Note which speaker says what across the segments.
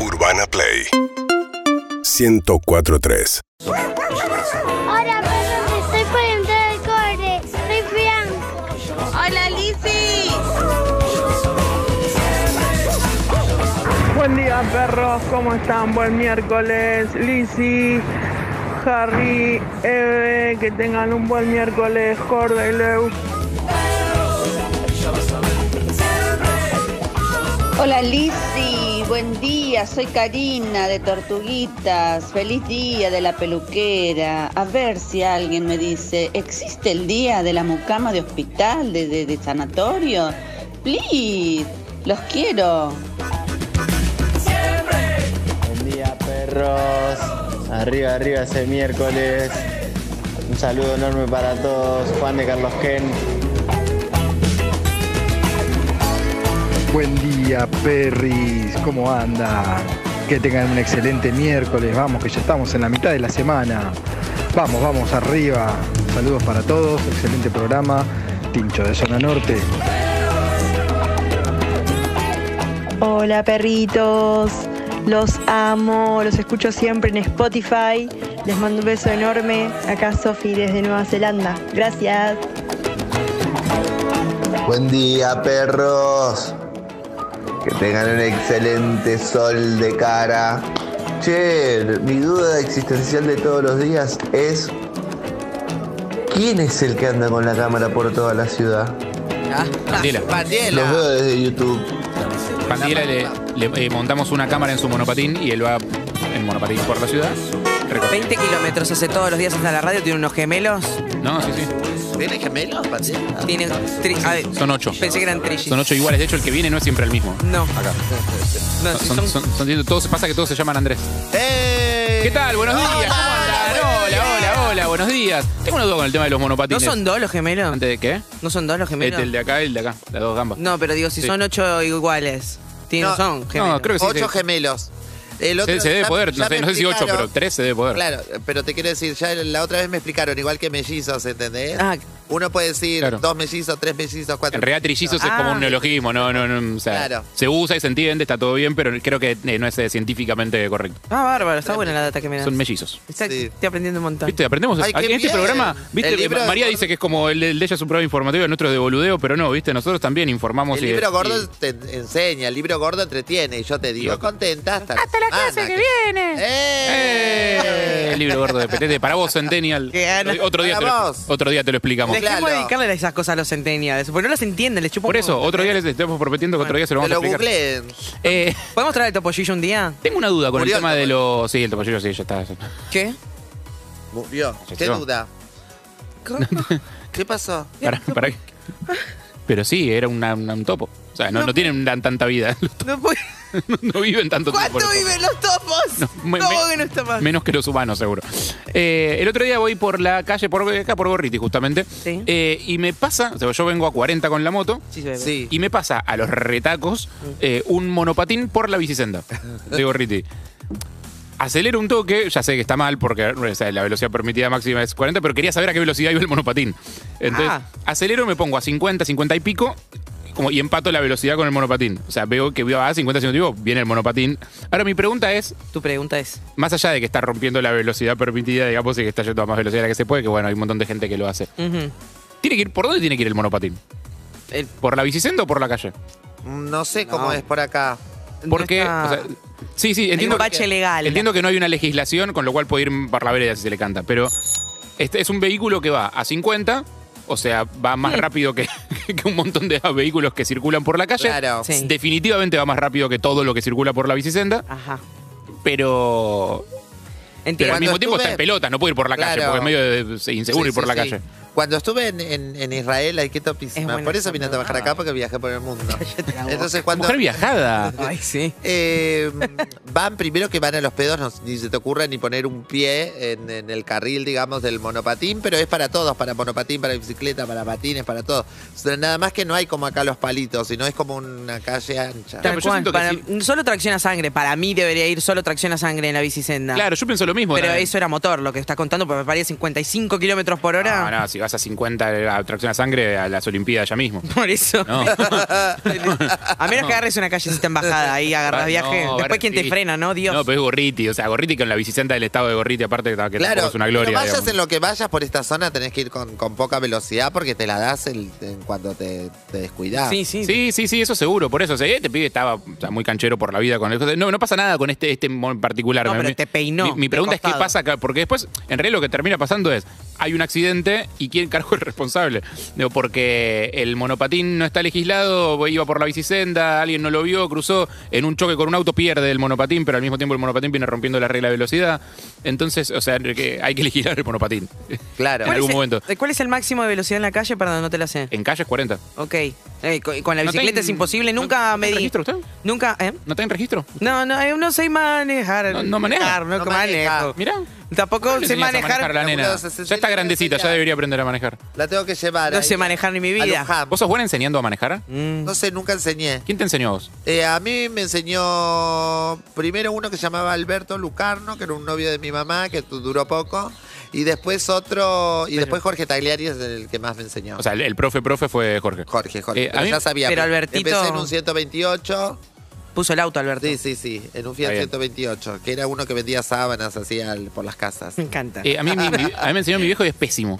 Speaker 1: Urbana Play 1043.
Speaker 2: Hola, profe, estoy por entrar al corte. Soy Bianca.
Speaker 3: Hola Lizzy.
Speaker 4: Buen día, perros. ¿Cómo están? Buen miércoles. Lizzy, Harry, Eve, que tengan un buen miércoles. Jorge, Leu.
Speaker 3: Hola Lizzy. Buen día, soy Karina de Tortuguitas. Feliz día de la peluquera. A ver si alguien me dice, ¿existe el día de la mucama de hospital, de, de- de sanatorio? Please, los quiero.
Speaker 5: Buen día, perros. Arriba, arriba ese miércoles. Un saludo enorme para todos. Juan de Carlos Ken.
Speaker 6: Buen día, Perris. ¿Cómo andan? Que tengan un excelente miércoles. Vamos, que ya estamos en la mitad de la semana. Vamos, vamos, arriba. Saludos para todos. Excelente programa. Tincho de Zona Norte.
Speaker 7: Hola perritos, los amo, los escucho siempre en Spotify. Les mando un beso enorme. Acá Sofi desde Nueva Zelanda. Gracias.
Speaker 8: Buen día, perros. Que tengan un excelente sol de cara. Che, mi duda existencial de todos los días es ¿quién es el que anda con la cámara por toda la ciudad?
Speaker 9: Mandela.
Speaker 8: Los veo desde YouTube.
Speaker 9: Pandiela le, le, eh, montamos una cámara en su monopatín y él va en monopatín por la ciudad. Recoge.
Speaker 10: 20 kilómetros hace todos los días hasta la radio, tiene unos gemelos.
Speaker 9: No, sí, sí.
Speaker 11: ¿Tiene gemelos, Patricia?
Speaker 10: Tiene tri- a ver,
Speaker 9: Son ocho.
Speaker 10: Pensé que eran trillis.
Speaker 9: Son ocho iguales. De hecho, el que viene no es siempre el mismo.
Speaker 10: No,
Speaker 9: Acá.
Speaker 10: no, sí,
Speaker 9: Son, son, son- son- todos, pasa que todos se llaman Andrés.
Speaker 11: ¡Eh!
Speaker 9: ¿Qué tal? Buenos días. ¿Cómo andan? Hola, hola, hola. Buenos días. Tengo una duda con el tema de los
Speaker 10: ¿No
Speaker 9: monopatines.
Speaker 10: son dos los gemelos?
Speaker 9: ¿Antes de qué?
Speaker 10: ¿No son dos los gemelos?
Speaker 9: Este, el de acá y el de acá. Las dos gambas.
Speaker 10: No, pero digo, si
Speaker 9: Sí.
Speaker 10: son ocho iguales. Tiene-
Speaker 11: No,
Speaker 10: son gemelos.
Speaker 9: creo que sí,
Speaker 11: Ocho
Speaker 9: sí.
Speaker 11: gemelos. El otro-
Speaker 9: Se, se debe
Speaker 11: ya-
Speaker 9: poder.
Speaker 11: ya
Speaker 9: No sé,
Speaker 11: me
Speaker 9: no sé si ocho, pero
Speaker 11: explicaron.
Speaker 9: tres se debe poder.
Speaker 11: Claro, eh, pero te quiero decir, ya la otra vez me explicaron, igual que mellizos, ¿entendés?
Speaker 10: Ah.
Speaker 11: Uno puede decir
Speaker 9: Claro.
Speaker 11: dos mellizos, tres mellizos, cuatro.
Speaker 9: En realidad trillizos es
Speaker 10: Ah,
Speaker 9: como un
Speaker 10: bien.
Speaker 9: neologismo, no, no, no, o sea,
Speaker 11: Claro.
Speaker 9: se usa y se entiende, está todo bien, pero creo que eh, no es eh, científicamente correcto.
Speaker 10: Ah, bárbaro, está buena la data que me das.
Speaker 9: Son mellizos.
Speaker 10: Exacto,
Speaker 11: Sí.
Speaker 10: estoy aprendiendo un montón.
Speaker 9: ¿Viste? Aprendemos.
Speaker 11: Ay,
Speaker 9: aquí
Speaker 11: qué
Speaker 9: en este
Speaker 11: bien.
Speaker 9: programa, ¿viste?
Speaker 11: El libro
Speaker 9: Ma-
Speaker 11: de
Speaker 9: María
Speaker 11: Gordo.
Speaker 9: dice que es como el, el de ella es un programa informativo, el nuestro es de boludeo, pero no, ¿viste? Nosotros también informamos
Speaker 11: El
Speaker 9: y-
Speaker 11: libro gordo
Speaker 9: y-
Speaker 11: te enseña, el libro gordo entretiene. Y yo te digo,
Speaker 9: Y-
Speaker 11: contenta hasta, la clase Ah, que viene.
Speaker 9: ¡Eh!
Speaker 11: ¡Eh!
Speaker 9: El libro gordo de Petete. Para vos, Centennial. Eh,
Speaker 10: Qué ganas.
Speaker 9: Otro día, te
Speaker 11: Para
Speaker 9: lo,
Speaker 11: vos.
Speaker 9: otro día te lo explicamos.
Speaker 11: Dejá-
Speaker 10: Dejemos de
Speaker 11: claro.
Speaker 10: dedicarle esas cosas a los centeniales, porque no las entienden, les chupo
Speaker 9: Por eso, otro día les estamos prometiendo que otro día se lo
Speaker 11: Te
Speaker 9: vamos a
Speaker 11: lo
Speaker 9: explicar.
Speaker 11: googleen.
Speaker 9: Eh,
Speaker 10: ¿Podemos traer el topollillo un día?
Speaker 9: tengo una duda con el
Speaker 11: Murió el
Speaker 9: tema de los. Sí, el topollillo, sí, ya está.
Speaker 10: ¿Qué?
Speaker 11: Murió.
Speaker 9: Ya
Speaker 11: ¿Qué
Speaker 9: llegó.
Speaker 11: duda? ¿Qué pasó?
Speaker 9: Para, para qué. Pero sí, era una- una- un topo. O sea, no, no tienen tan- tanta vida.
Speaker 10: No puedo-
Speaker 9: No viven tanto
Speaker 10: ¿Cuánto
Speaker 9: tiempo. los topos.
Speaker 10: viven los topos?
Speaker 9: No, me-
Speaker 10: ¿Cómo
Speaker 9: me-
Speaker 10: que no está más?
Speaker 9: Menos que los humanos, seguro. Eh, el otro día voy por la calle, por acá por Gorriti, justamente.
Speaker 10: Sí.
Speaker 9: Eh, y me pasa, o sea, yo vengo a 40 con la moto.
Speaker 10: Sí, se ve.
Speaker 11: Sí.
Speaker 9: Y me pasa a los retacos eh, un monopatín por la bicisenda de Gorriti. Acelero un toque, ya sé que está mal porque o sea, la velocidad permitida máxima es 40, pero quería saber a qué velocidad iba el monopatín. Entonces,
Speaker 10: Ah.
Speaker 9: acelero, me pongo a 50, 50 y pico como, y empato la velocidad con el monopatín. O sea, veo que va a 50, 50 y pico, viene el monopatín. Ahora, mi pregunta es,
Speaker 10: Tu pregunta es.
Speaker 9: más allá de que está rompiendo la velocidad permitida, digamos, y que está yendo a más velocidad de la que se puede, que bueno, hay un montón de gente que lo hace.
Speaker 10: ujú,
Speaker 9: ¿Tiene que ir, ¿Por dónde tiene que ir el monopatín?
Speaker 10: el-
Speaker 9: ¿Por la bicicenda o por la calle?
Speaker 11: No sé cómo
Speaker 10: No.
Speaker 11: es por acá.
Speaker 9: Porque.
Speaker 10: está-
Speaker 9: o sea, sí, sí, entiendo.
Speaker 10: un bache
Speaker 9: que,
Speaker 10: legal.
Speaker 9: Entiendo que no hay una legislación, con lo cual puede ir por la vereda si se le canta. Pero este es un vehículo que va a 50, o sea, va más rápido que, que un montón de vehículos que circulan por la calle.
Speaker 11: Claro.
Speaker 10: Sí.
Speaker 9: Definitivamente va más rápido que todo lo que circula por la bicicenda,
Speaker 10: Ajá.
Speaker 9: pero. Pero
Speaker 10: Entiendo.
Speaker 9: al mismo tiempo
Speaker 11: estuve-
Speaker 9: está en pelotas, no puede ir por la calle,
Speaker 11: Claro.
Speaker 9: porque es medio de- de- inseguro
Speaker 11: Sí,
Speaker 9: ir por
Speaker 11: sí,
Speaker 9: la
Speaker 11: sí.
Speaker 9: calle.
Speaker 11: Cuando estuve en, en- en Israel, hay que
Speaker 10: Es
Speaker 11: topísima.
Speaker 10: buena
Speaker 11: Por eso
Speaker 10: esa
Speaker 11: vine a trabajar
Speaker 10: pregunta.
Speaker 11: acá porque viajé por el mundo.
Speaker 10: Ah. la boca.
Speaker 11: Entonces, cuando.
Speaker 9: Mujer viajada.
Speaker 10: Ay, sí.
Speaker 11: Eh, van primero que van a los pedos, no, ni se te ocurra ni poner un pie en, en el carril, digamos, del monopatín, pero es para todos, para monopatín, para bicicleta, para patines, para todo. O sea, Nada más que no hay como acá los palitos, sino es como una calle ancha.
Speaker 10: Tal
Speaker 9: Claro, pero yo
Speaker 10: cual,
Speaker 9: siento que
Speaker 10: para- Solo tracción a sangre. Para mí debería ir solo tracción a sangre en la bicicenda.
Speaker 9: Claro, yo pienso lo mismo.
Speaker 10: Pero
Speaker 9: también.
Speaker 10: eso era motor, lo que está contando, porque me paría 55 kilómetros por hora.
Speaker 9: No, no, si vas llegas a 50 atracción a sangre a las Olimpiadas ya mismo.
Speaker 10: Por eso.
Speaker 9: No.
Speaker 10: A menos que agarres una callecita en bajada ahí, agarras
Speaker 9: No,
Speaker 10: viaje. Después,
Speaker 9: Berti.
Speaker 10: ¿quién te frena, no? Dios.
Speaker 9: No, pero es Gorriti, o sea, Gorriti con la bicicleta del estado de Gorriti, aparte que tampoco
Speaker 11: Claro,
Speaker 9: es una
Speaker 11: pero
Speaker 9: gloria.
Speaker 11: vayas
Speaker 9: digamos.
Speaker 11: en lo que vayas por esta zona, tenés que ir con, con poca velocidad porque te la das el- en cuanto te, te descuidás.
Speaker 10: Sí, sí.
Speaker 9: Sí, sí, sí, eso seguro. Por eso, o sea, este pibe estaba o sea, muy canchero por la vida con el. No, no pasa nada con este, este en particular.
Speaker 10: No,
Speaker 9: Me-
Speaker 10: pero
Speaker 9: me-
Speaker 10: te peinó
Speaker 9: Mi, mi
Speaker 10: de
Speaker 9: pregunta es qué
Speaker 10: costado.
Speaker 9: pasa acá, porque después, en realidad, lo que termina pasando es: hay un accidente y quién cargo el responsable. Digo, porque el monopatín no está legislado, iba por la bicisenda, alguien no lo vio, cruzó en un choque con un auto, pierde el monopatín, pero al mismo tiempo el monopatín viene rompiendo la regla de velocidad. Entonces, o sea, que hay que legislar el monopatín.
Speaker 11: Claro.
Speaker 9: en
Speaker 10: es
Speaker 9: algún
Speaker 10: el-
Speaker 9: momento.
Speaker 10: eh, ¿Cuál es el máximo de velocidad en la calle? Perdón, no te la sé.
Speaker 9: En calles 40.
Speaker 10: Ok. Eh, co- con la
Speaker 9: ¿No
Speaker 10: bicicleta
Speaker 9: ten-
Speaker 10: es imposible.
Speaker 9: no-
Speaker 10: Nunca
Speaker 9: no
Speaker 10: me
Speaker 9: ten
Speaker 10: di.
Speaker 9: registro usted?
Speaker 10: Nunca, ¿eh?
Speaker 9: ¿No está en registro?
Speaker 10: No, no, eh, no sé manejar.
Speaker 9: No- no maneja.
Speaker 10: Manejar, No,
Speaker 11: No
Speaker 10: manejo.
Speaker 11: maneja.
Speaker 9: Mirá.
Speaker 10: Tampoco
Speaker 9: ¿Cómo le
Speaker 10: sé
Speaker 9: enseñás a
Speaker 10: manejar.
Speaker 9: la nena.
Speaker 11: Laburado, se-
Speaker 9: Ya está
Speaker 11: se-
Speaker 9: grandecita, ya
Speaker 11: enseñar.
Speaker 9: debería aprender a manejar.
Speaker 11: La tengo que llevar.
Speaker 10: No
Speaker 11: ahí
Speaker 10: sé manejar en mi
Speaker 11: a
Speaker 10: vida.
Speaker 11: Luján.
Speaker 9: ¿Vos sos buena enseñando a manejar?
Speaker 10: Mm.
Speaker 11: No sé, nunca enseñé.
Speaker 9: ¿Quién te enseñó a vos?
Speaker 11: Eh, a mí me enseñó primero uno que se llamaba Alberto Lucarno, que era un novio de mi mamá, que tu- duró poco. Y después otro. Y después Jorge Tagliari es el que más me enseñó.
Speaker 9: O sea, el, el profe, profe fue Jorge.
Speaker 11: Jorge, Jorge.
Speaker 9: Eh, a
Speaker 11: pero
Speaker 9: mí-
Speaker 11: ya sabía.
Speaker 10: Pero Albertito-
Speaker 11: Empecé en un 128.
Speaker 10: Puso el auto, Alberto.
Speaker 11: Sí, sí, sí. En un Fiat
Speaker 9: Está bien.
Speaker 11: 128, que era uno que vendía sábanas así al- por las casas.
Speaker 10: Me encanta.
Speaker 9: Eh, a, mí, mi- mi- a mí me enseñó mi viejo y es pésimo.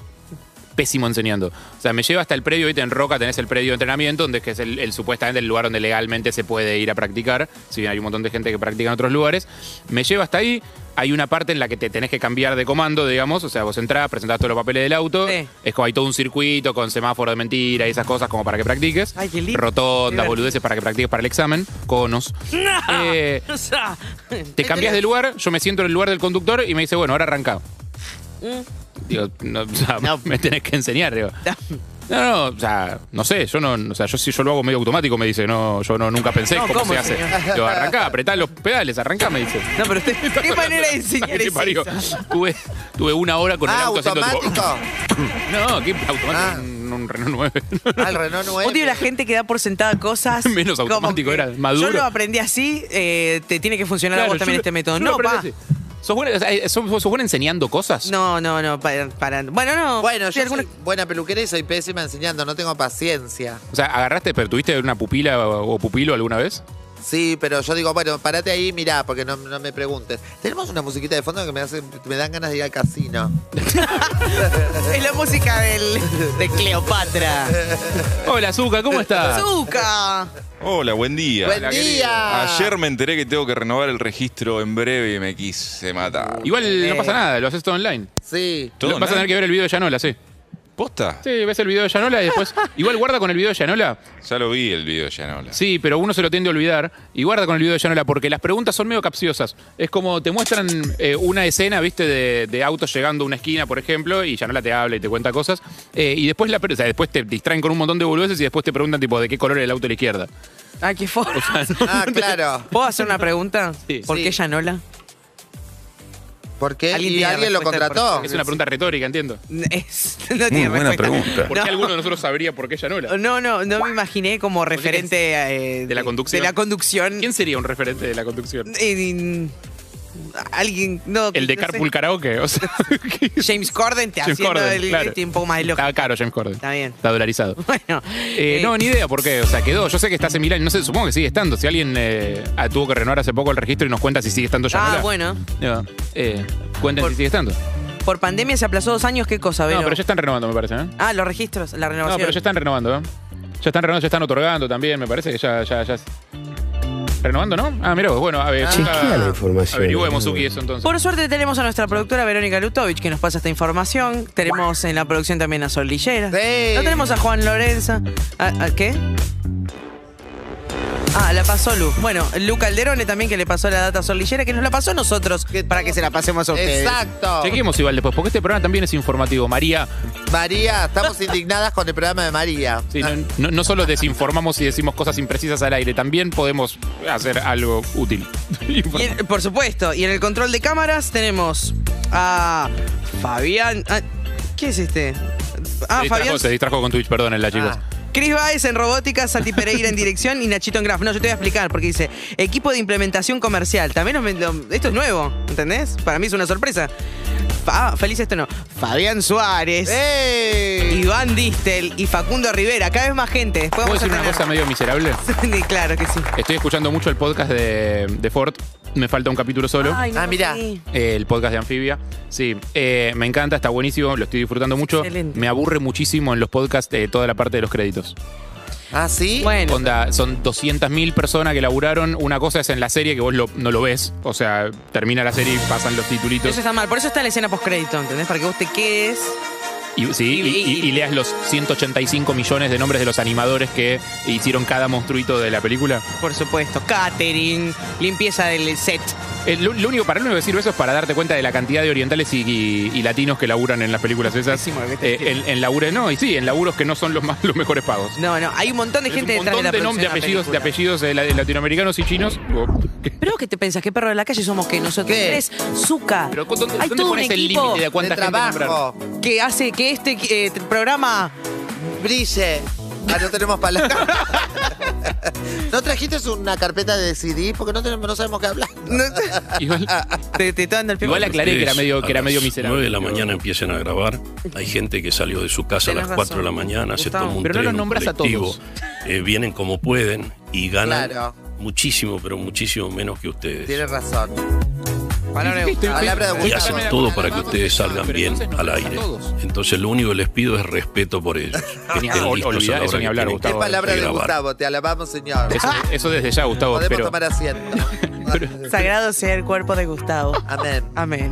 Speaker 9: Pésimo enseñando. O sea, me lleva hasta el predio, viste, en Roca tenés el predio de entrenamiento, donde es que es el, el- supuestamente el lugar donde legalmente se puede ir a practicar, si bien hay un montón de gente que practica en otros lugares. Me lleva hasta ahí, hay una parte en la que te tenés que cambiar de comando, digamos, o sea, vos entrás, presentás todos los papeles del auto,
Speaker 10: Sí.
Speaker 9: es como hay todo un circuito con semáforo de mentira y esas cosas como para que practiques.
Speaker 10: Ay, qué lindo.
Speaker 9: Rotondas,
Speaker 10: Divertido.
Speaker 9: boludeces para que practiques para el examen, conos. Eh,
Speaker 10: O sea,
Speaker 9: te cambias de lugar, yo me siento en el lugar del conductor y me dice, bueno, ahora arranca. Digo, no, o sea,
Speaker 10: Mm. No.
Speaker 9: me tenés que enseñar, digo. No, no, o sea, no sé, yo no, o sea, yo si yo lo hago medio automático, me dice, no, yo no, nunca pensé
Speaker 10: No,
Speaker 9: cómo,
Speaker 10: ¿cómo,
Speaker 9: se hace.
Speaker 10: señor?
Speaker 9: Digo, arrancá, apretá los pedales, arrancá, me dice.
Speaker 10: No, pero usted, ¿qué manera de enseñar
Speaker 9: Ay, qué
Speaker 10: es
Speaker 9: parió.
Speaker 10: esa?
Speaker 9: Tuve, tuve una hora con el
Speaker 11: ah,
Speaker 9: auto
Speaker 11: automático.
Speaker 9: haciendo tipo, No, ¿qué automático?
Speaker 11: Ah.
Speaker 9: Un, un Renault 9.
Speaker 10: Ah,
Speaker 11: Al Renault 9.
Speaker 10: Odio la gente que da por sentada cosas.
Speaker 9: Menos
Speaker 10: como
Speaker 9: automático,
Speaker 10: que
Speaker 9: era maduro.
Speaker 10: Yo lo aprendí así, eh, te tiene que funcionar a vos
Speaker 9: Claro,
Speaker 10: también
Speaker 9: yo-
Speaker 10: este método.
Speaker 9: yo lo
Speaker 10: No,
Speaker 9: aprendí
Speaker 10: pa.
Speaker 9: así. ¿Sos buena, o sea, eh, sos- sos buena enseñando cosas?
Speaker 10: No, no, no, para. para- Bueno, no.
Speaker 11: Bueno,
Speaker 10: sí,
Speaker 11: yo
Speaker 10: alguna-
Speaker 11: soy buena peluquera y soy pésima enseñando, no tengo paciencia.
Speaker 9: O sea, ¿agarraste, pero tuviste una pupila o o pupilo alguna vez?
Speaker 11: Sí, pero yo digo, bueno, parate ahí, mirá, porque no, no me preguntes. Tenemos una musiquita de fondo que me, hace, me dan ganas de ir al casino.
Speaker 10: Es la música del, de Cleopatra.
Speaker 9: Hola, Zuka, ¿cómo estás?
Speaker 10: ¡Azúcar!
Speaker 1: Hola, buen día.
Speaker 11: ¡Buen
Speaker 9: querido.
Speaker 11: día!
Speaker 1: Ayer me enteré que tengo que renovar el registro en breve y me quise matar.
Speaker 9: Igual no
Speaker 10: Eh.
Speaker 9: pasa nada, lo haces todo online.
Speaker 11: Sí.
Speaker 1: ¿Todo
Speaker 9: Lo- Vas a tener
Speaker 1: online?
Speaker 9: que ver el video de Yanola, sí.
Speaker 1: ¿Posta?
Speaker 9: Sí, ves el video de Yanola y después. Igual guarda con el video de Yanola.
Speaker 1: Ya lo vi el video, ya no
Speaker 9: Sí, pero uno se lo tiende a olvidar. Y guarda con el video de Yanola porque las preguntas son medio capciosas. Es como te muestran eh, una escena, viste, de, de autos llegando a una esquina, por ejemplo, y Yanola te habla y te cuenta cosas. eh, y después, la, pre- o sea, después te distraen con un montón de boludeces y después te preguntan, tipo, de qué color es el auto a la izquierda.
Speaker 10: Ay, qué forro.
Speaker 11: Ah, claro.
Speaker 10: ¿Puedo hacer una pregunta?
Speaker 9: Sí.
Speaker 10: ¿Por
Speaker 11: Sí.
Speaker 10: qué ella no la?
Speaker 11: ¿Por qué?
Speaker 10: Alguien
Speaker 11: ¿Y
Speaker 10: tiene la
Speaker 11: alguien lo
Speaker 10: respuesta de por
Speaker 11: contrató?
Speaker 10: qué.
Speaker 9: Es una pregunta retórica, entiendo.
Speaker 10: Es- no tiene
Speaker 1: buena
Speaker 10: respuesta.
Speaker 1: pregunta.
Speaker 9: ¿Por qué alguno de nosotros sabría por qué Yanola?
Speaker 10: No, no, no me imaginé como referente eh,
Speaker 9: De la conducción.
Speaker 10: De la conducción.
Speaker 9: ¿Quién sería un referente de la conducción?
Speaker 10: En- alguien. No,
Speaker 9: El de
Speaker 10: no sé.
Speaker 9: Carpool Karaoke, o sea, ¿qué?
Speaker 10: James Corden te
Speaker 9: James
Speaker 10: haciendo
Speaker 9: Corden,
Speaker 10: el,
Speaker 9: claro.
Speaker 10: el tiempo más loco.
Speaker 9: Estaba caro James Corden.
Speaker 10: Está bien.
Speaker 9: Está dolarizado.
Speaker 10: Bueno.
Speaker 9: Eh,
Speaker 10: eh,
Speaker 9: no, ni idea por qué. O sea, quedó. Yo sé que está hace mil años. No sé, supongo que sigue estando. Si alguien eh, ah, tuvo que renovar hace poco el registro y nos cuenta si sigue estando ya. Eh,
Speaker 10: Ah, bueno.
Speaker 9: cuenten
Speaker 10: Por-
Speaker 9: si sigue estando.
Speaker 10: Por pandemia se aplazó dos años, ¿qué cosa, Vero?
Speaker 9: No, pero ya están renovando, me parece. ¿eh?
Speaker 10: Ah, los registros, la
Speaker 9: No,
Speaker 10: renovación.
Speaker 9: pero ya están renovando. ¿eh? Ya están renovando, ya están otorgando también. Me parece que ya. ya, ya... ¿Renovando, no? Ah, mirá, vos, bueno, a ver. Chequea la información. Averigüemos, Uki, eso entonces.
Speaker 10: Por suerte tenemos a nuestra productora Verónica Lutovich que nos pasa esta información. Tenemos en la producción también a Sol Lillera.
Speaker 11: Sí.
Speaker 10: No tenemos a Juan Lorenza. ¿A, a qué? Ah, la pasó Lu. Bueno, Lu Calderone también que le pasó la data a Sol Lillera, que nos la pasó a nosotros para que se la pasemos a ustedes.
Speaker 11: Exacto.
Speaker 9: Chequemos igual después, porque este programa también es informativo. María,
Speaker 11: María, estamos indignadas con el programa de María.
Speaker 9: sí, no, no- no solo desinformamos y decimos cosas imprecisas al aire, también podemos hacer algo útil.
Speaker 10: Y en- por supuesto, y en el control de cámaras tenemos a Fabián. ah, ¿Qué es este? Ah,
Speaker 9: se,
Speaker 10: Fabián. Ah,
Speaker 9: distrajo, se distrajo con Twitch, perdónenla, chicos.
Speaker 10: Cris Baez en robótica, Santi Pereira en dirección y Nachito en graf. No, yo te voy a explicar porque dice equipo de implementación comercial. También nos- lo- esto es nuevo, ¿entendés? Para mí es una sorpresa. Fa- feliz estreno. Fabián Suárez, Iván Distel y Facundo Rivera. Cada vez más gente. Después
Speaker 9: ¿Puedo
Speaker 10: vamos a
Speaker 9: decir una
Speaker 10: tener-
Speaker 9: cosa medio miserable?
Speaker 10: Sí, claro que sí.
Speaker 9: Estoy escuchando mucho el podcast de, de Ford. Me falta un capítulo solo.
Speaker 10: Ay, no
Speaker 11: Ah,
Speaker 10: lo
Speaker 11: mirá.
Speaker 10: vi.
Speaker 9: Eh, el podcast de Anfibia. Sí, eh, me encanta, está buenísimo, lo estoy disfrutando mucho.
Speaker 10: excelente.
Speaker 9: Me aburre muchísimo en los podcasts eh, toda la parte de los créditos.
Speaker 11: Ah, sí.
Speaker 10: Bueno,
Speaker 9: Onda, son 200.000 personas que laburaron. Una cosa es en la serie que vos lo- no lo ves. O sea, termina la serie y pasan los titulitos.
Speaker 10: eso está mal. Por eso está la escena postcrédito, ¿entendés? Para que vos te quedes.
Speaker 9: Y,
Speaker 10: Y-
Speaker 9: sí, y,
Speaker 10: y-
Speaker 9: y- y leas los 185 millones de nombres de los animadores que hicieron cada monstruito de la película.
Speaker 10: Por supuesto, catering, limpieza del set.
Speaker 9: Eh, lo, lo único para lo único que sirve eso es para darte cuenta de la cantidad de orientales y, y- y latinos que laburan en las películas esas.
Speaker 10: Pésimo, lo que te
Speaker 9: Eh, en, en labures, no, y sí, en laburos que no son los, más, los mejores pagos.
Speaker 10: No, no, hay un montón de
Speaker 9: Es
Speaker 10: gente
Speaker 9: un
Speaker 10: detrás de
Speaker 9: montón
Speaker 10: la
Speaker 9: de, nom-
Speaker 10: producción
Speaker 9: de
Speaker 10: la
Speaker 9: apellidos, de
Speaker 10: película.
Speaker 9: apellidos eh, la- de latinoamericanos y chinos. Oh, ¿qué?
Speaker 12: Pero ¿qué te pensás? ¿Qué perro de la calle somos que nosotros
Speaker 11: ¿Qué?
Speaker 12: tres?
Speaker 10: Ah,
Speaker 12: Zuka.
Speaker 9: Pero ¿dó- ¿dónde,
Speaker 12: Hay
Speaker 9: dónde
Speaker 12: todo un
Speaker 9: pones el
Speaker 12: equipo
Speaker 9: límite de a
Speaker 11: De
Speaker 9: cuánta gente nombrar?
Speaker 11: trabajo.
Speaker 10: Que hace que este eh, t- programa.
Speaker 11: Brille. Ah, no tenemos palabras. ¿No trajiste una carpeta de CD? Porque no, tenemos, no sabemos qué hablar.
Speaker 9: Igual,
Speaker 10: Te, te está dando el pie.
Speaker 9: igual aclaré que era medio, que era medio miserable.
Speaker 13: 9 de la mañana empiezan a grabar. Hay gente que salió de su casa a
Speaker 10: Tenés
Speaker 13: las 4 de la
Speaker 10: razón,
Speaker 13: mañana, se
Speaker 10: Gustavo.
Speaker 13: toma un
Speaker 9: Pero no
Speaker 13: tren,
Speaker 9: los
Speaker 13: un
Speaker 9: nombras a
Speaker 13: colectivo.
Speaker 9: todos.
Speaker 13: Eh, vienen como pueden y ganan
Speaker 11: Claro.
Speaker 13: muchísimo, pero muchísimo menos que ustedes.
Speaker 11: Tienes razón.
Speaker 10: Palabra de
Speaker 9: Estoy-
Speaker 11: Palabra de
Speaker 9: estoy-
Speaker 13: y
Speaker 11: Gustavo.
Speaker 13: hacen
Speaker 11: Bueno,
Speaker 13: todo para que ustedes
Speaker 9: Pero
Speaker 13: salgan bien
Speaker 9: entonces nos
Speaker 13: al
Speaker 9: nombras a
Speaker 13: aire.
Speaker 9: todos.
Speaker 13: Entonces lo único que les pido es respeto por ellos.
Speaker 9: Ni-
Speaker 13: Estén
Speaker 9: ol-
Speaker 13: listos a la
Speaker 9: olvidar
Speaker 13: hora
Speaker 9: eso ni
Speaker 13: que
Speaker 9: hablar,
Speaker 13: tienen que
Speaker 11: Es
Speaker 9: Gustavo.
Speaker 11: palabra de
Speaker 13: grabar.
Speaker 11: Gustavo. Te alabamos, señor.
Speaker 9: Eso, eso desde ya, Gustavo.
Speaker 11: Podemos
Speaker 9: Pero
Speaker 11: tomar asiento.
Speaker 12: Sagrado sea el cuerpo de Gustavo.
Speaker 11: Amén.
Speaker 9: Ah,
Speaker 10: Amén.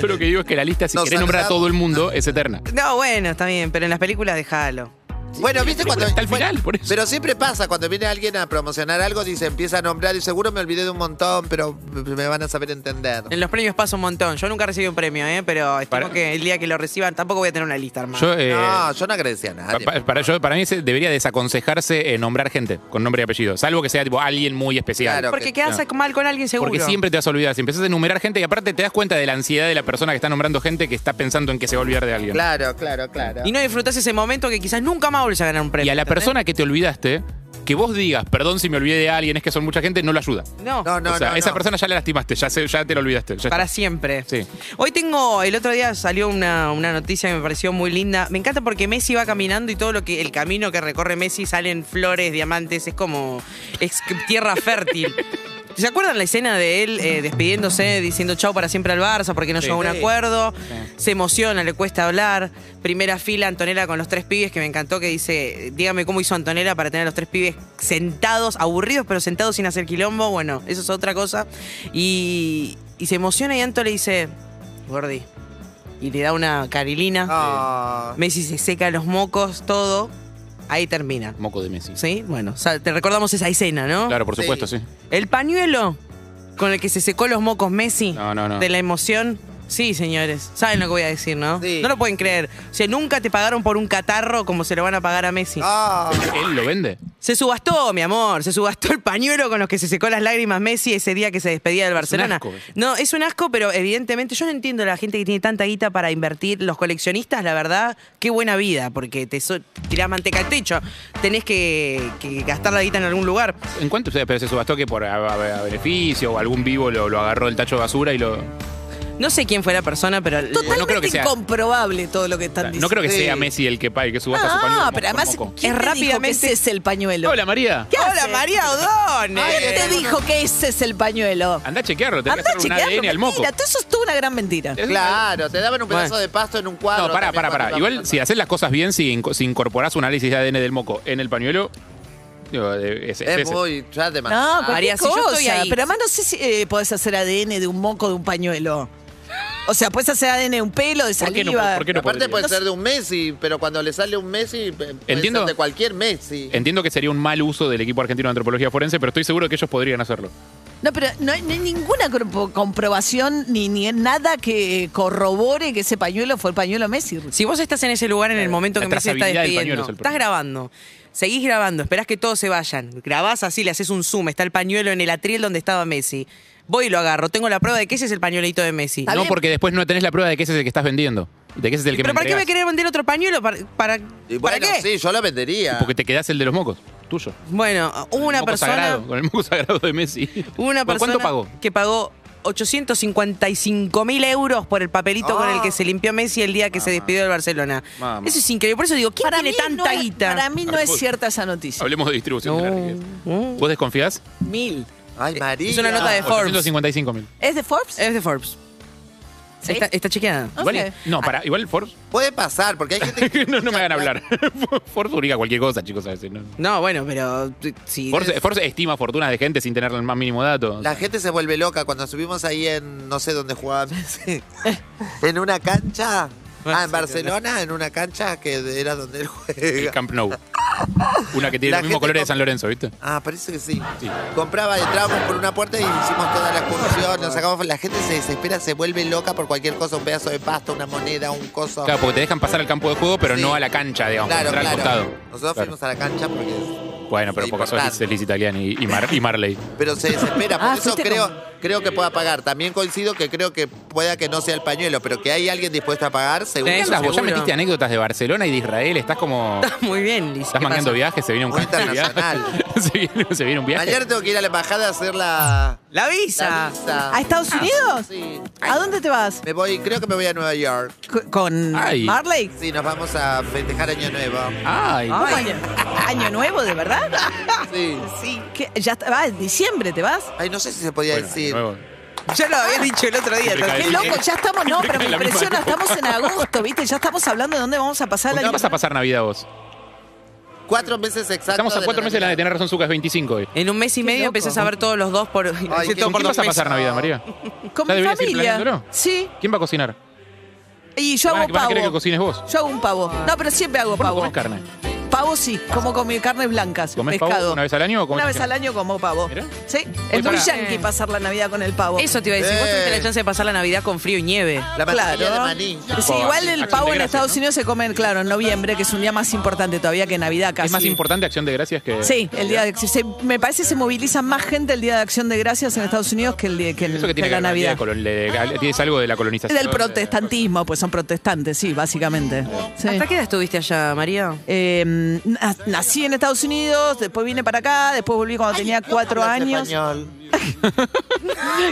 Speaker 9: yo lo que digo es que la lista, si
Speaker 11: Nos
Speaker 9: querés nombrar a
Speaker 11: saludamos.
Speaker 9: todo el mundo, es eterna.
Speaker 10: No, bueno, está bien, pero en las películas déjalo.
Speaker 11: Bueno, viste cuando.
Speaker 9: Está al
Speaker 11: bueno,
Speaker 9: final, por eso.
Speaker 11: Pero siempre pasa, cuando viene alguien a promocionar algo, dice, empieza a nombrar y seguro me olvidé de un montón, pero me van a saber entender.
Speaker 10: En los premios pasa un montón. Yo nunca recibí un premio, ¿eh? Pero espero
Speaker 9: Para-
Speaker 10: que el día que lo reciban tampoco voy a tener una lista, hermano.
Speaker 9: Yo, eh,
Speaker 11: no, yo no agradecí a
Speaker 9: Pa-
Speaker 11: nadie.
Speaker 9: pa- para, yo- para mí se- debería desaconsejarse eh, nombrar gente con nombre y apellido, salvo que sea tipo alguien muy especial.
Speaker 11: Claro.
Speaker 10: Porque quedas mal con alguien seguro.
Speaker 9: Porque siempre te vas a olvidar, si empiezas a enumerar gente y aparte te das cuenta de la ansiedad de la persona que está nombrando gente que está pensando en que se va a olvidar de alguien.
Speaker 11: Claro, claro, claro.
Speaker 10: Y no disfrutás ese momento que quizás nunca más volvés a ganar un premio.
Speaker 9: Y a la
Speaker 10: ¿entendés?
Speaker 9: persona que te olvidaste, que vos digas, perdón si me olvidé de alguien, es que son mucha gente, no lo ayuda.
Speaker 10: No,
Speaker 11: No, no,
Speaker 9: o sea,
Speaker 11: no,
Speaker 9: esa
Speaker 11: no.
Speaker 9: persona ya la lastimaste, ya, se- ya te la olvidaste. ya
Speaker 10: para
Speaker 9: está.
Speaker 10: siempre.
Speaker 9: Sí.
Speaker 10: Hoy tengo, el otro día salió una, una noticia que me pareció muy linda. Me encanta porque Messi va caminando y todo lo que el camino que recorre Messi salen flores, diamantes, es como es tierra fértil. ¿Se acuerdan la escena de él eh, despidiéndose, diciendo chau para siempre al Barça porque no llegó a un
Speaker 11: Sí.
Speaker 10: acuerdo? Se emociona, le cuesta hablar. Primera fila, Antonella con los tres pibes, que me encantó, que dice, dígame cómo hizo Antonella para tener a los tres pibes sentados, aburridos, pero sentados sin hacer quilombo. Bueno, eso es otra cosa. Y, y se emociona y Anto le dice, Gordi. Y le da una carilina.
Speaker 11: Ah.
Speaker 10: Messi se seca los mocos, todo. Ahí termina.
Speaker 9: Moco de Messi.
Speaker 10: ¿Sí? Bueno, o sea, te recordamos esa escena, ¿no?
Speaker 9: Claro, por
Speaker 11: Sí.
Speaker 9: supuesto, sí.
Speaker 10: El pañuelo con el que se secó los mocos Messi
Speaker 9: No, no, no.
Speaker 10: de la emoción. Sí, señores. Saben lo que voy a decir, ¿no?
Speaker 11: Sí.
Speaker 10: No lo pueden creer. O sea, nunca te pagaron por un catarro como se lo van a pagar a Messi.
Speaker 11: Ah.
Speaker 9: ¿Él lo vende?
Speaker 10: Se subastó, mi amor. Se subastó el pañuelo con los que se secó las lágrimas Messi ese día que se despedía del Barcelona.
Speaker 9: asco.
Speaker 10: No, es un asco, pero evidentemente yo no entiendo a la gente que tiene tanta guita para invertir. Los coleccionistas, la verdad, qué buena vida, porque te so- tirás manteca al techo. Tenés que, que gastar la guita en algún lugar.
Speaker 9: ¿En cuánto? Pero se subastó que por a, a- a beneficio o algún vivo lo, lo agarró del tacho de basura y lo...
Speaker 10: No sé quién fue la persona, pero.
Speaker 12: Totalmente
Speaker 9: creo que sea-
Speaker 12: incomprobable todo lo que están
Speaker 9: No
Speaker 12: diciendo.
Speaker 9: creo que
Speaker 11: Sí.
Speaker 9: sea Messi el que, pa- el que subasta su pañuelo.
Speaker 12: Ah,
Speaker 9: por
Speaker 12: pero además, ¿quién
Speaker 9: moco.
Speaker 10: Es
Speaker 12: te dijo que
Speaker 10: rápidamente-
Speaker 12: ese es el pañuelo?
Speaker 9: Hola María.
Speaker 12: ¿Qué
Speaker 10: ¡Hola,
Speaker 12: hace?
Speaker 10: María O'Donnell!
Speaker 12: ¿Quién te dijo que ese es el pañuelo?
Speaker 9: Anda a chequearlo, te que
Speaker 12: Andá
Speaker 9: hacer
Speaker 12: a
Speaker 9: un
Speaker 12: chequearlo,
Speaker 9: ADN al moco.
Speaker 12: mentira, todo eso es toda una gran mentira.
Speaker 9: Es-
Speaker 11: Claro, te daban un pedazo
Speaker 10: Bueno.
Speaker 11: de pasto en un cuadro.
Speaker 9: No, pará,
Speaker 11: también
Speaker 9: pará,
Speaker 11: cuando
Speaker 9: pará.
Speaker 11: estabas
Speaker 9: Igual
Speaker 11: pasando.
Speaker 9: si haces las cosas bien, si, inco- si incorporás un análisis de ADN del moco en el pañuelo, digo, eh, es,
Speaker 11: Es
Speaker 9: es-
Speaker 11: muy. Ya de más.
Speaker 12: No,
Speaker 10: María,
Speaker 12: María,
Speaker 10: Ah, si yo
Speaker 12: cosa,
Speaker 10: estoy ahí-
Speaker 12: Pero además no sé si eh, podés hacer ADN de un moco de un pañuelo. O sea, podés hacer ADN de un pelo, de
Speaker 9: ¿Por qué no,
Speaker 12: saliva.
Speaker 9: por qué no
Speaker 11: Aparte pues,
Speaker 9: podría?
Speaker 11: puede ser de un Messi, pero cuando le sale un Messi, eh, puede
Speaker 9: Entiendo.
Speaker 11: ser de cualquier Messi.
Speaker 9: Entiendo que sería un mal uso del equipo argentino de antropología forense, pero estoy seguro que ellos podrían hacerlo.
Speaker 12: No, pero no hay, no hay ninguna comp- comprobación ni, ni nada que corrobore que ese pañuelo fue el pañuelo Messi.
Speaker 10: Si vos estás en ese lugar en el momento
Speaker 9: La
Speaker 10: que Messi está
Speaker 9: trazabilidad del
Speaker 10: despidiendo,
Speaker 9: pañuelo es el
Speaker 10: estás
Speaker 9: problema.
Speaker 10: grabando, seguís grabando, esperás que todos se vayan, grabás así, le haces un zoom, está el pañuelo en el atril donde estaba Messi. Voy y lo agarro, tengo la prueba de que ese es el pañuelito de Messi.
Speaker 12: Está
Speaker 9: No
Speaker 12: bien.
Speaker 9: porque después no tenés la prueba de que ese es el que estás vendiendo, de que ese es el que
Speaker 10: ¿Pero
Speaker 9: me
Speaker 10: para qué me
Speaker 9: entregás.
Speaker 10: querés vender otro pañuelo? ¿Para, para,
Speaker 11: Y
Speaker 10: para
Speaker 11: bueno,
Speaker 10: qué?
Speaker 11: sí, yo la vendería.
Speaker 9: Porque te quedás el de los mocos, tuyo.
Speaker 10: Bueno, hubo
Speaker 9: El
Speaker 10: una
Speaker 9: moco
Speaker 10: persona,
Speaker 9: sagrado, con el moco sagrado de Messi.
Speaker 10: hubo una
Speaker 9: ¿Por
Speaker 10: persona
Speaker 9: ¿Cuánto pagó?
Speaker 10: que pagó 855 mil euros por el papelito con el
Speaker 11: Ah.
Speaker 10: que se limpió Messi el día que se despidió del Barcelona.
Speaker 9: Mamá.
Speaker 10: Eso es increíble. Por eso digo, ¿quién
Speaker 12: Para
Speaker 10: tiene
Speaker 12: mí
Speaker 10: tanta
Speaker 12: no es-
Speaker 10: guita?
Speaker 12: Para mí no es cierta esa noticia.
Speaker 9: Hablemos de distribución de la riqueza. ¿Vos desconfías?
Speaker 10: Mil.
Speaker 11: Ay, María.
Speaker 10: Es una nota
Speaker 9: Ah,
Speaker 10: de Eh, Forbes.
Speaker 9: 855 mil.
Speaker 12: ¿Es de Forbes?
Speaker 10: Es de Forbes. Está, está chequeada.
Speaker 9: Igual, no, para, igual Forbes.
Speaker 11: Puede pasar, porque hay gente
Speaker 9: que. no, no me hagan hablar. Forbes publica cualquier cosa, chicos, a veces. ¿no?
Speaker 10: No, bueno, pero si.
Speaker 9: Forbes, Forbes estima fortunas de gente sin tener el más mínimo dato.
Speaker 11: La gente se vuelve loca cuando subimos ahí en no sé dónde jugaba Messi. en una cancha. Ah, en Barcelona, en una cancha que era donde él
Speaker 9: El
Speaker 11: juega.
Speaker 9: Camp Nou. Una que tiene
Speaker 11: La
Speaker 9: los
Speaker 11: gente
Speaker 9: mismos colores de
Speaker 11: comp-
Speaker 9: San Lorenzo, ¿viste?
Speaker 11: Ah, parece que sí. Compraba, entrábamos por una puerta y hicimos toda la excursión, nos sacamos. La gente se desespera, se vuelve loca por cualquier cosa, un pedazo de pasta, una moneda, un coso.
Speaker 9: Claro, porque te dejan pasar al campo de juego, pero no a la cancha, digamos,
Speaker 11: Claro,
Speaker 9: entrar al
Speaker 11: claro.
Speaker 9: costado.
Speaker 11: Nosotros
Speaker 9: Claro.
Speaker 11: fuimos a la cancha porque.
Speaker 9: Bueno, pero
Speaker 11: Sí,
Speaker 9: porque sos
Speaker 11: importante.
Speaker 9: Liz Italian y, y Mar- y Marley.
Speaker 11: Pero se desespera, por
Speaker 12: Ah,
Speaker 11: eso
Speaker 12: fuiste
Speaker 11: creo,
Speaker 12: con-
Speaker 11: creo que pueda pagar. También coincido que creo que pueda que no sea el pañuelo, pero que hay alguien dispuesto a pagar, seguro.
Speaker 9: ¿Qué andas? Vos ya
Speaker 11: seguro.
Speaker 9: metiste anécdotas de Barcelona y de Israel, estás como.
Speaker 10: Muy bien, Liz.
Speaker 9: Estás
Speaker 11: ¿qué
Speaker 9: mangueando
Speaker 11: pasa?
Speaker 9: viajes, se viene un
Speaker 11: Muy
Speaker 9: canje de viaje.
Speaker 11: internacional.
Speaker 9: se, viene, se viene un viaje.
Speaker 11: Mañana tengo que ir a la embajada a hacer la.
Speaker 10: La Ah. visa.
Speaker 11: la visa.
Speaker 12: ¿A Estados Unidos?
Speaker 11: Sí.
Speaker 12: ¿A dónde te vas?
Speaker 11: Me voy, creo que me voy a Nueva York.
Speaker 12: Co- ¿Con
Speaker 9: Ay.
Speaker 12: Marley?
Speaker 11: Sí, nos vamos a festejar Año Nuevo.
Speaker 9: Ay,
Speaker 12: ¿Cómo año, año nuevo, de verdad?
Speaker 10: Ah,
Speaker 11: Sí.
Speaker 12: Sí. ¿Qué? ¿Ya está- va, en diciembre te vas?
Speaker 11: Ay, no sé si se podía
Speaker 9: Bueno,
Speaker 11: decir.
Speaker 9: nuevo.
Speaker 10: Ya lo habías dicho el otro día.
Speaker 9: Siempre
Speaker 10: ¿no?
Speaker 9: cae
Speaker 12: Qué loco, ya estamos, no, pero me
Speaker 9: La misma
Speaker 12: impresiona,
Speaker 9: época.
Speaker 12: estamos en agosto, ¿viste? Ya estamos hablando de dónde vamos a pasar el
Speaker 9: ¿Dónde
Speaker 12: año.
Speaker 9: vas a pasar Navidad vos?
Speaker 11: Cuatro meses exactos.
Speaker 9: Estamos a
Speaker 11: de
Speaker 9: cuatro meses de la de
Speaker 11: Navidad.
Speaker 9: tener razón, Zucca, es 25 hoy.
Speaker 10: En un mes y
Speaker 12: Qué
Speaker 10: medio
Speaker 12: loco.
Speaker 10: empezás a ver todos los dos por,
Speaker 11: qué-
Speaker 10: todo
Speaker 9: ¿Con
Speaker 10: por
Speaker 9: quién
Speaker 10: dos
Speaker 9: vas a pasar
Speaker 10: meses.
Speaker 9: Navidad, María?
Speaker 12: Con
Speaker 9: Ya
Speaker 12: mi
Speaker 9: deberías ir
Speaker 12: familia.
Speaker 9: planeándolo.
Speaker 12: Sí.
Speaker 9: ¿Quién va a cocinar?
Speaker 12: Y yo
Speaker 9: Van a-
Speaker 12: hago
Speaker 9: van a querer que
Speaker 12: pavo.
Speaker 9: cocines vos.
Speaker 12: Yo hago un pavo. No, pero siempre hago
Speaker 9: ¿Vos no
Speaker 12: pavo.
Speaker 9: comés carne?
Speaker 12: Pavo sí, como con mi carnes blancas,
Speaker 9: ¿Comés pavo
Speaker 12: pescado.
Speaker 9: una vez al año o comés
Speaker 12: Una vez
Speaker 9: siempre?
Speaker 12: al año como pavo.
Speaker 9: Mirá.
Speaker 12: Sí, es muy
Speaker 9: pará.
Speaker 12: yankee pasar la Navidad con el pavo.
Speaker 10: Eso te iba a decir. Vos
Speaker 11: Eh.
Speaker 10: tuviste la chance de pasar la Navidad con frío y nieve.
Speaker 11: La mantequilla
Speaker 12: Claro.
Speaker 11: de maní.
Speaker 12: Sí, igual el
Speaker 9: Acción
Speaker 12: pavo
Speaker 9: de
Speaker 12: en
Speaker 9: gracias,
Speaker 12: Estados
Speaker 9: ¿no?
Speaker 12: Unidos se come, claro, en noviembre, que es un día más importante todavía que Navidad casi.
Speaker 9: Es más importante Acción de Gracias que.
Speaker 12: Sí, el día de, se- me parece que se moviliza más gente el día de Acción de Gracias en Estados Unidos que el día que, el-
Speaker 9: Eso que tiene
Speaker 12: que
Speaker 9: que
Speaker 12: la
Speaker 9: ver con el día
Speaker 12: Navidad.
Speaker 9: de colon- de- de- Tienes algo de la colonización.
Speaker 12: Del protestantismo, pues son protestantes, sí, básicamente. Sí.
Speaker 10: ¿Hasta qué edad estuviste allá, María?
Speaker 12: Eh, na- nací en Estados Unidos, después vine para acá, después volví cuando tenía cuatro
Speaker 11: Hablas
Speaker 12: años.
Speaker 11: español.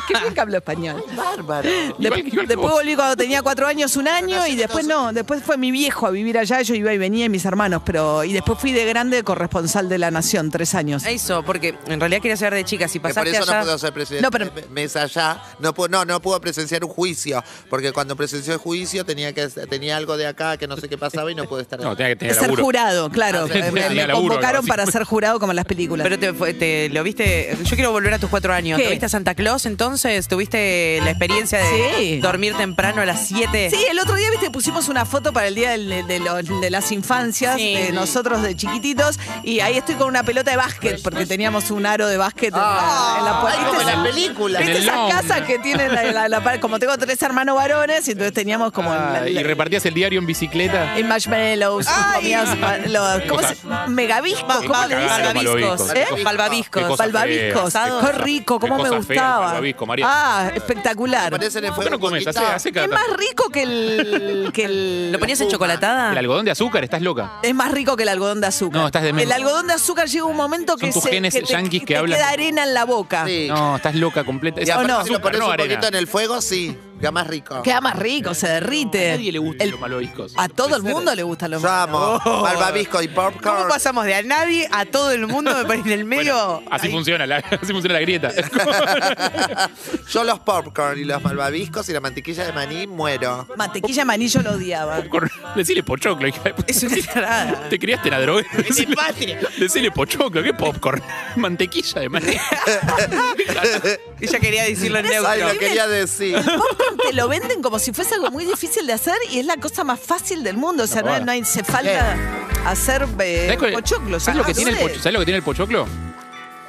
Speaker 12: Qué bien que hablo español.
Speaker 11: Bárbaro.
Speaker 12: De-
Speaker 9: Igual que- igual que
Speaker 12: después
Speaker 9: vos.
Speaker 12: volví cuando tenía cuatro años, un año, y después no, después fue mi viejo a vivir allá, yo iba y venía y mis hermanos, pero y después fui de grande corresponsal de la Nación, tres años.
Speaker 10: Eso, porque en realidad quería saber de chicas. Si
Speaker 11: Que por
Speaker 10: pasaste
Speaker 11: eso no
Speaker 10: allá.
Speaker 11: pudo ser presidente.
Speaker 12: No, pero-
Speaker 11: de Mesa allá. No pudo, no, no pudo presenciar un juicio. Porque cuando presenció el juicio tenía que tenía algo de acá que no sé qué pasaba y no pudo estar.
Speaker 9: No, tenía que tener
Speaker 12: ser
Speaker 9: laburo.
Speaker 12: jurado, claro.
Speaker 9: tenía
Speaker 12: Me, me
Speaker 9: laburo,
Speaker 12: convocaron
Speaker 9: así.
Speaker 12: para ser jurado como en las películas.
Speaker 10: Pero te, fue- te- lo viste. Yo quiero volver a tus cuatro años.
Speaker 12: ¿Qué?
Speaker 10: ¿Tuviste a Santa Claus entonces? ¿Tuviste la experiencia de
Speaker 12: Sí.
Speaker 10: dormir temprano a las 7?
Speaker 12: Sí, el otro día, viste, pusimos una foto para el día del- de, los- de las infancias,
Speaker 10: Sí.
Speaker 12: de nosotros de chiquititos, y ahí estoy con una pelota de básquet, porque teníamos un aro de básquet en la- en la puerta.
Speaker 11: Ay, como Ah, en
Speaker 12: ¿Viste
Speaker 11: la
Speaker 12: esa-
Speaker 11: película.
Speaker 9: En
Speaker 12: ¿Viste
Speaker 9: el
Speaker 12: esas
Speaker 9: lounge.
Speaker 12: casas que tienen la, la- la- Como tengo tres hermanos varones, y entonces teníamos como...
Speaker 9: Ah,
Speaker 12: la-
Speaker 9: y
Speaker 12: la-
Speaker 9: repartías el diario en bicicleta.
Speaker 12: y marshmallows, y comías pa- los, ¿cómo
Speaker 9: Cosas.
Speaker 12: se, megabiscos, ¿cómo le
Speaker 9: cagadas,
Speaker 12: dicen?
Speaker 9: los malvaviscos.
Speaker 10: Malvaviscos.
Speaker 9: ¿Eh?
Speaker 10: Los
Speaker 9: Qué
Speaker 10: Malvaviscos.
Speaker 9: cosa
Speaker 12: Balbabiscos,
Speaker 9: fea.
Speaker 12: qué rico,
Speaker 9: Qué
Speaker 12: cómo me
Speaker 9: cosa fea el
Speaker 12: gustaba.
Speaker 9: malvavisco, María.
Speaker 12: Ah, espectacular.
Speaker 11: Parecen en
Speaker 9: ¿Por qué no comes? Hace, hace cada
Speaker 12: Es más rico que el. Que el
Speaker 10: ¿Lo ponías en
Speaker 9: El
Speaker 10: chocolatada?
Speaker 9: algodón de azúcar, estás loca.
Speaker 12: es más rico que el algodón de azúcar.
Speaker 9: No, estás demente.
Speaker 12: El algodón de azúcar llega un momento que
Speaker 9: Son tus
Speaker 12: se
Speaker 9: genes
Speaker 12: que te,
Speaker 9: yanquis que
Speaker 12: te
Speaker 9: hablan.
Speaker 12: queda arena en la boca.
Speaker 11: Sí.
Speaker 9: No, estás loca completa.
Speaker 11: Y
Speaker 9: Es
Speaker 11: aparte,
Speaker 12: no.
Speaker 11: si lo
Speaker 9: azúcar,
Speaker 11: pones
Speaker 9: no
Speaker 11: un
Speaker 9: arena.
Speaker 11: poquito en el fuego, sí. Queda más rico.
Speaker 12: Queda más rico, se derrite.
Speaker 9: A nadie le gusta
Speaker 12: El-
Speaker 9: los malvaviscos.
Speaker 12: a todo el mundo le gustan los
Speaker 11: Yo amo. Malvavisco y
Speaker 10: ¿Cómo
Speaker 11: popcorn.
Speaker 10: pasamos de a nadie a todo el mundo? Me parece en el medio.
Speaker 9: Así
Speaker 10: Ahí.
Speaker 9: funciona, la, así funciona la grieta. Es como-
Speaker 11: Yo los popcorn y los malvaviscos y la mantequilla de maní muero.
Speaker 12: Mantequilla de maní yo lo odiaba.
Speaker 9: Cor- Decile pochoclo, hija de puta.
Speaker 10: Es una tarada.
Speaker 9: Te criaste en la droga. Decile, decile pochoclo, qué popcorn. Mantequilla de maní.
Speaker 10: Ella quería decirlo en
Speaker 11: Ay, lo
Speaker 10: neutro.
Speaker 11: quería decir.
Speaker 12: Popcorn te lo venden como si fuese algo muy difícil de hacer y es la cosa más fácil del mundo. O sea,
Speaker 9: No,
Speaker 12: no,
Speaker 9: bueno.
Speaker 12: no hay- hace falta hacer eh,
Speaker 9: ¿Sabés cuál-
Speaker 12: pochoclos.
Speaker 9: ¿sabés lo, que
Speaker 12: Ah,
Speaker 9: tiene el
Speaker 12: no sé.
Speaker 9: pocho- ¿sabés lo que tiene el pochoclo?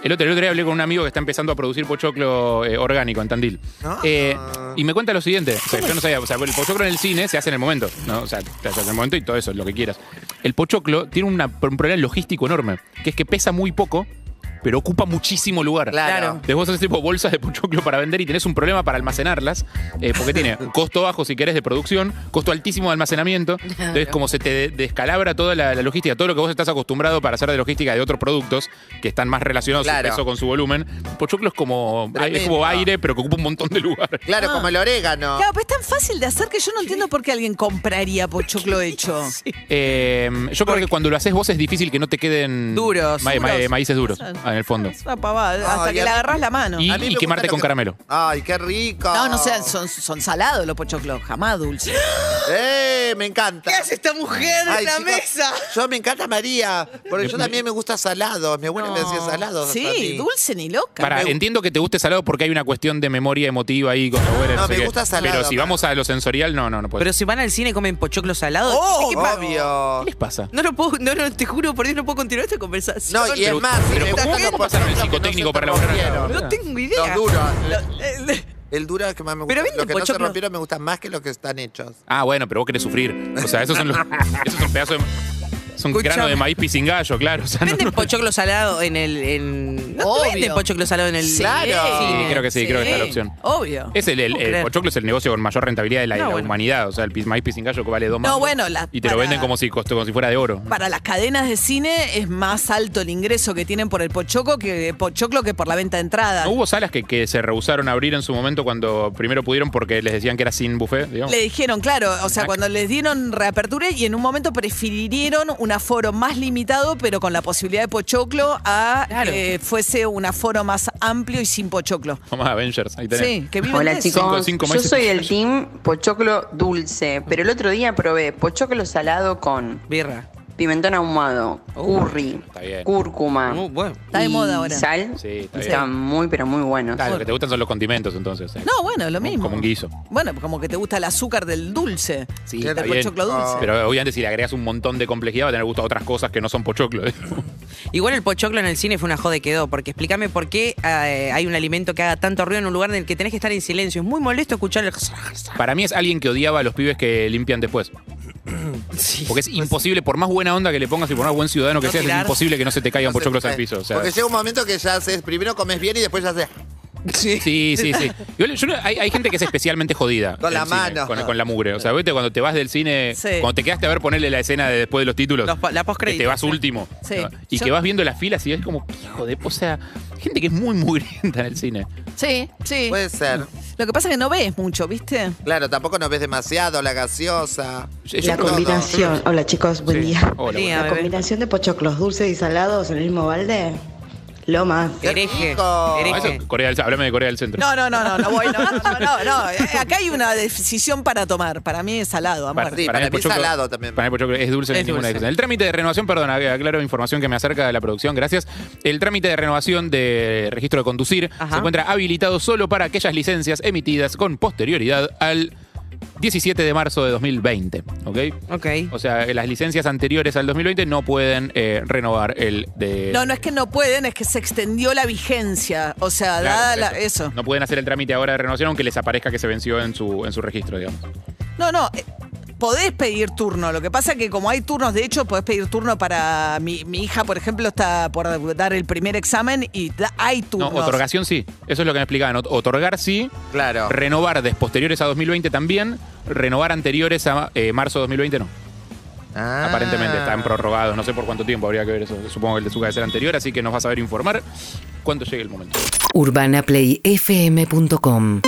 Speaker 9: El otro, el otro día hablé con un amigo que está empezando a producir pochoclo eh, orgánico en Tandil.
Speaker 12: Ah.
Speaker 9: Eh, y me cuenta lo siguiente. O sea, yo no sabía. O sea, el pochoclo en el cine se hace en el momento. ¿no? O sea, te haces en el momento y todo eso, lo que quieras. El pochoclo tiene una- un problema logístico enorme, que es que pesa muy poco pero ocupa muchísimo lugar.
Speaker 11: Claro.
Speaker 9: Entonces vos haces tipo bolsas de pochoclo para vender y tenés un problema para almacenarlas, eh, porque tiene costo bajo, si querés, de producción, costo altísimo de almacenamiento. Entonces, como se te de- descalabra toda la, la logística, todo lo que vos estás acostumbrado para hacer de logística de otros productos que están más relacionados
Speaker 11: Claro.
Speaker 9: su peso con su volumen, pochoclo es como, es
Speaker 11: Tremendo.
Speaker 9: como aire, pero que ocupa un montón de lugar.
Speaker 11: Claro, como el orégano.
Speaker 12: Claro, Ah, pero es tan fácil de hacer que yo no entiendo por qué alguien compraría pochoclo hecho.
Speaker 9: Eh, yo creo que cuando lo haces vos es difícil que no te queden
Speaker 12: Duros.
Speaker 9: ma- ma-
Speaker 12: Duros.
Speaker 9: maíces duros ah, en el fondo.
Speaker 12: Es una pavada, hasta
Speaker 11: Ay,
Speaker 12: que
Speaker 11: a
Speaker 12: le
Speaker 11: mí-
Speaker 12: agarras la mano.
Speaker 9: Y, y quemarte con caramelo.
Speaker 11: Ay, qué rico.
Speaker 12: No, no sean, son, son salados los pochoclos, jamás dulces.
Speaker 11: ¡Eh! Me encanta. ¿Qué
Speaker 12: hace esta mujer
Speaker 11: en la mesa? Yo me encanta María, porque yo también me gusta salado. Mi abuela me decía salado. a
Speaker 12: Sí,
Speaker 11: mí.
Speaker 12: dulce ni loca.
Speaker 9: Para, entiendo que te guste salado porque hay una cuestión de memoria emotiva ahí con la abuela,
Speaker 11: No,
Speaker 9: sé
Speaker 11: me
Speaker 9: qué.
Speaker 11: gusta salado,
Speaker 9: Pero si
Speaker 11: pero-
Speaker 9: vamos a lo sensorial, no, no, no puede.
Speaker 10: Pero si van al cine y comen pochoclo salado.
Speaker 11: Oh,
Speaker 10: ¿qué pa-
Speaker 9: ¿Qué
Speaker 11: obvio.
Speaker 9: les pasa?
Speaker 10: No lo puedo, no, no, te juro, por Dios, no puedo continuar esta conversación.
Speaker 11: No, y es más, si
Speaker 9: Pero
Speaker 11: me
Speaker 9: ¿cómo,
Speaker 11: gustan
Speaker 9: cómo
Speaker 11: los
Speaker 9: pasaron el
Speaker 11: pochoclos que
Speaker 9: psicotécnico
Speaker 11: no se
Speaker 9: para laburar a la
Speaker 11: rompieron?
Speaker 9: abuela?
Speaker 10: no tengo idea.
Speaker 11: Los duros.
Speaker 10: Lo- eh,
Speaker 11: El duro es el que más me gusta.
Speaker 10: Pero
Speaker 11: Los
Speaker 10: venden
Speaker 11: que no se
Speaker 10: pochoclos.
Speaker 11: rompieron me gustan más que los que están hechos.
Speaker 9: Ah, bueno, pero vos querés sufrir. O sea, esos son los. esos son pedazos de. Son
Speaker 10: Escuchame.
Speaker 9: granos de maíz pisingallo, claro. O sea, no-
Speaker 10: Venden
Speaker 9: no-
Speaker 10: pochoclo salado en el. En... No te
Speaker 11: Obvio.
Speaker 10: venden pochoclo salado en el.
Speaker 11: Sí. Claro.
Speaker 9: Sí, creo que sí, creo que está la opción.
Speaker 11: Oh,
Speaker 12: Obvio.
Speaker 9: Es el, el-
Speaker 10: Puedo
Speaker 9: el
Speaker 10: creer.
Speaker 9: pochoclo es el negocio con mayor rentabilidad de la, de
Speaker 10: No,
Speaker 9: la
Speaker 10: bueno.
Speaker 9: humanidad. O sea, el pis- maíz pisingallo que vale dos
Speaker 12: No,
Speaker 9: mangos.
Speaker 12: bueno, la-
Speaker 9: Y te lo
Speaker 12: para-
Speaker 9: venden como si, costo- como si fuera de oro.
Speaker 12: Para las cadenas de cine es más alto el ingreso que tienen por el pochoco que pochoclo que por la venta de entrada.
Speaker 9: ¿No hubo salas que, que se rehusaron a abrir en su momento cuando primero pudieron porque les decían que era sin buffet? Digamos?
Speaker 12: Le dijeron, claro, o sea, cuando les dieron reapertura y en un momento prefirieron un aforo más limitado, pero con la posibilidad de pochoclo, a
Speaker 10: Claro.
Speaker 12: que fuese un aforo más amplio y sin pochoclo.
Speaker 9: Tomá, Avengers, ahí tenés.
Speaker 12: Sí, que viven de
Speaker 14: Hola
Speaker 12: eso.
Speaker 14: chicos,
Speaker 9: cinco
Speaker 14: yo
Speaker 9: meses.
Speaker 14: soy del team pochoclo dulce, pero el otro día probé pochoclo salado con
Speaker 10: Birra. Uh,
Speaker 14: pimentón ahumado, curry,
Speaker 9: Está bien.
Speaker 14: cúrcuma,
Speaker 9: Uh,
Speaker 10: Muy bueno.
Speaker 12: Está de
Speaker 14: y
Speaker 12: moda ahora.
Speaker 14: sal.
Speaker 9: Sí, está bien.
Speaker 14: Está muy pero muy bueno.
Speaker 9: Claro, lo que te gustan son los condimentos entonces. eh.
Speaker 12: No, bueno, lo mismo.
Speaker 9: Como un guiso.
Speaker 12: Bueno, como que te gusta el azúcar del dulce.
Speaker 9: Sí,
Speaker 12: del
Speaker 9: está bien.
Speaker 12: pochoclo
Speaker 11: Oh.
Speaker 12: dulce.
Speaker 9: Pero obviamente si le agregas un montón de complejidad va a tener gusto a otras cosas que no son pochoclo. ¿eh?
Speaker 10: Igual el pochoclo en el cine fue una jode que quedó, porque explícame por qué eh, hay un alimento que haga tanto ruido en un lugar en el que tenés que estar en silencio. Es muy molesto escuchar el.
Speaker 9: Para mí es alguien que odiaba a los pibes que limpian después.
Speaker 10: Sí.
Speaker 9: Porque es imposible, por más buena onda que le pongas y por más buen ciudadano que
Speaker 10: No
Speaker 9: seas, es
Speaker 10: tirar.
Speaker 9: imposible que no se te caigan
Speaker 11: No sé,
Speaker 9: pochoclos al
Speaker 11: eh,
Speaker 9: piso. o sea.
Speaker 11: Porque llega un momento que ya haces, primero comes bien y después ya haces.
Speaker 9: Sí, sí, sí. Igual yo no- hay, hay gente que es especialmente jodida.
Speaker 11: Con
Speaker 9: en
Speaker 11: la
Speaker 9: el cine,
Speaker 11: mano.
Speaker 9: Con, con la mugre. O sea, viste cuando te vas del cine,
Speaker 12: Sí.
Speaker 9: cuando te quedaste a ver ponerle la escena de después de los títulos.
Speaker 10: Los po- la
Speaker 9: que
Speaker 10: postcrédito.
Speaker 9: te vas último.
Speaker 12: Sí.
Speaker 9: ¿no? Y
Speaker 12: Yo-
Speaker 9: que vas viendo las filas y es como, hijo de. O sea, gente que es muy mugrienta en el cine.
Speaker 12: Sí, sí.
Speaker 11: Puede ser.
Speaker 12: Lo que pasa es que no ves mucho, ¿viste?
Speaker 11: Claro, tampoco nos ves demasiado, la gaseosa.
Speaker 9: Yo- yo
Speaker 15: La
Speaker 9: creo-
Speaker 15: combinación. Hola chicos, buen
Speaker 9: Sí.
Speaker 15: día.
Speaker 9: Hola,
Speaker 10: Sí,
Speaker 9: hola.
Speaker 10: a
Speaker 15: La
Speaker 10: bebé.
Speaker 15: combinación de pochoclos dulces y salados en el mismo balde, lo más.
Speaker 10: Hereje.
Speaker 11: rico.
Speaker 9: Ah,
Speaker 10: Hereje.
Speaker 9: eso, Corea del Sur, háblame de Corea del Centro.
Speaker 12: No, no, no, no, no voy, no, no, no, no. Eh, Acá hay una decisión para tomar. Para mí es salado, amor.
Speaker 11: Sí, para
Speaker 9: mí el
Speaker 11: mí
Speaker 9: pochoclo-
Speaker 11: salado también.
Speaker 9: Para mí el pochoclo es dulce, no
Speaker 10: Es
Speaker 9: es ninguna
Speaker 10: dulce.
Speaker 9: excepción. El trámite de renovación, perdón, aclaro información que me acerca de la producción, gracias. El trámite de renovación de registro de conducir
Speaker 10: Ajá.
Speaker 9: se encuentra habilitado solo para aquellas licencias emitidas con posterioridad al 17 de marzo de 2020, ¿ok?
Speaker 10: Ok.
Speaker 9: O sea, eh, las licencias anteriores al 2020 no pueden eh, renovar el de...
Speaker 12: No, no es que no pueden, es que se extendió la vigencia. O sea,
Speaker 9: Claro,
Speaker 12: dada la-
Speaker 9: por
Speaker 12: eso.
Speaker 9: No pueden hacer el trámite ahora de renovación aunque les aparezca que se venció en su, en su registro, digamos.
Speaker 12: No, no. eh, Podés pedir turno, lo que pasa es que como hay turnos, de hecho, podés pedir turno para mi, mi hija, por ejemplo, está por dar el primer examen y da- hay
Speaker 9: No,
Speaker 12: turnos.
Speaker 9: otorgación sí. Eso es lo que me explicaban. Ot- Otorgar sí,
Speaker 11: Claro.
Speaker 9: Renovar de posteriores a 2020 también, renovar anteriores a eh, marzo de 2020 no.
Speaker 11: Ah.
Speaker 9: Aparentemente están prorrogados, no sé por cuánto tiempo habría que ver eso. Supongo que el de su cabecera anterior, así que nos va a saber informar cuando llegue el momento.
Speaker 16: urbanaplayfm.com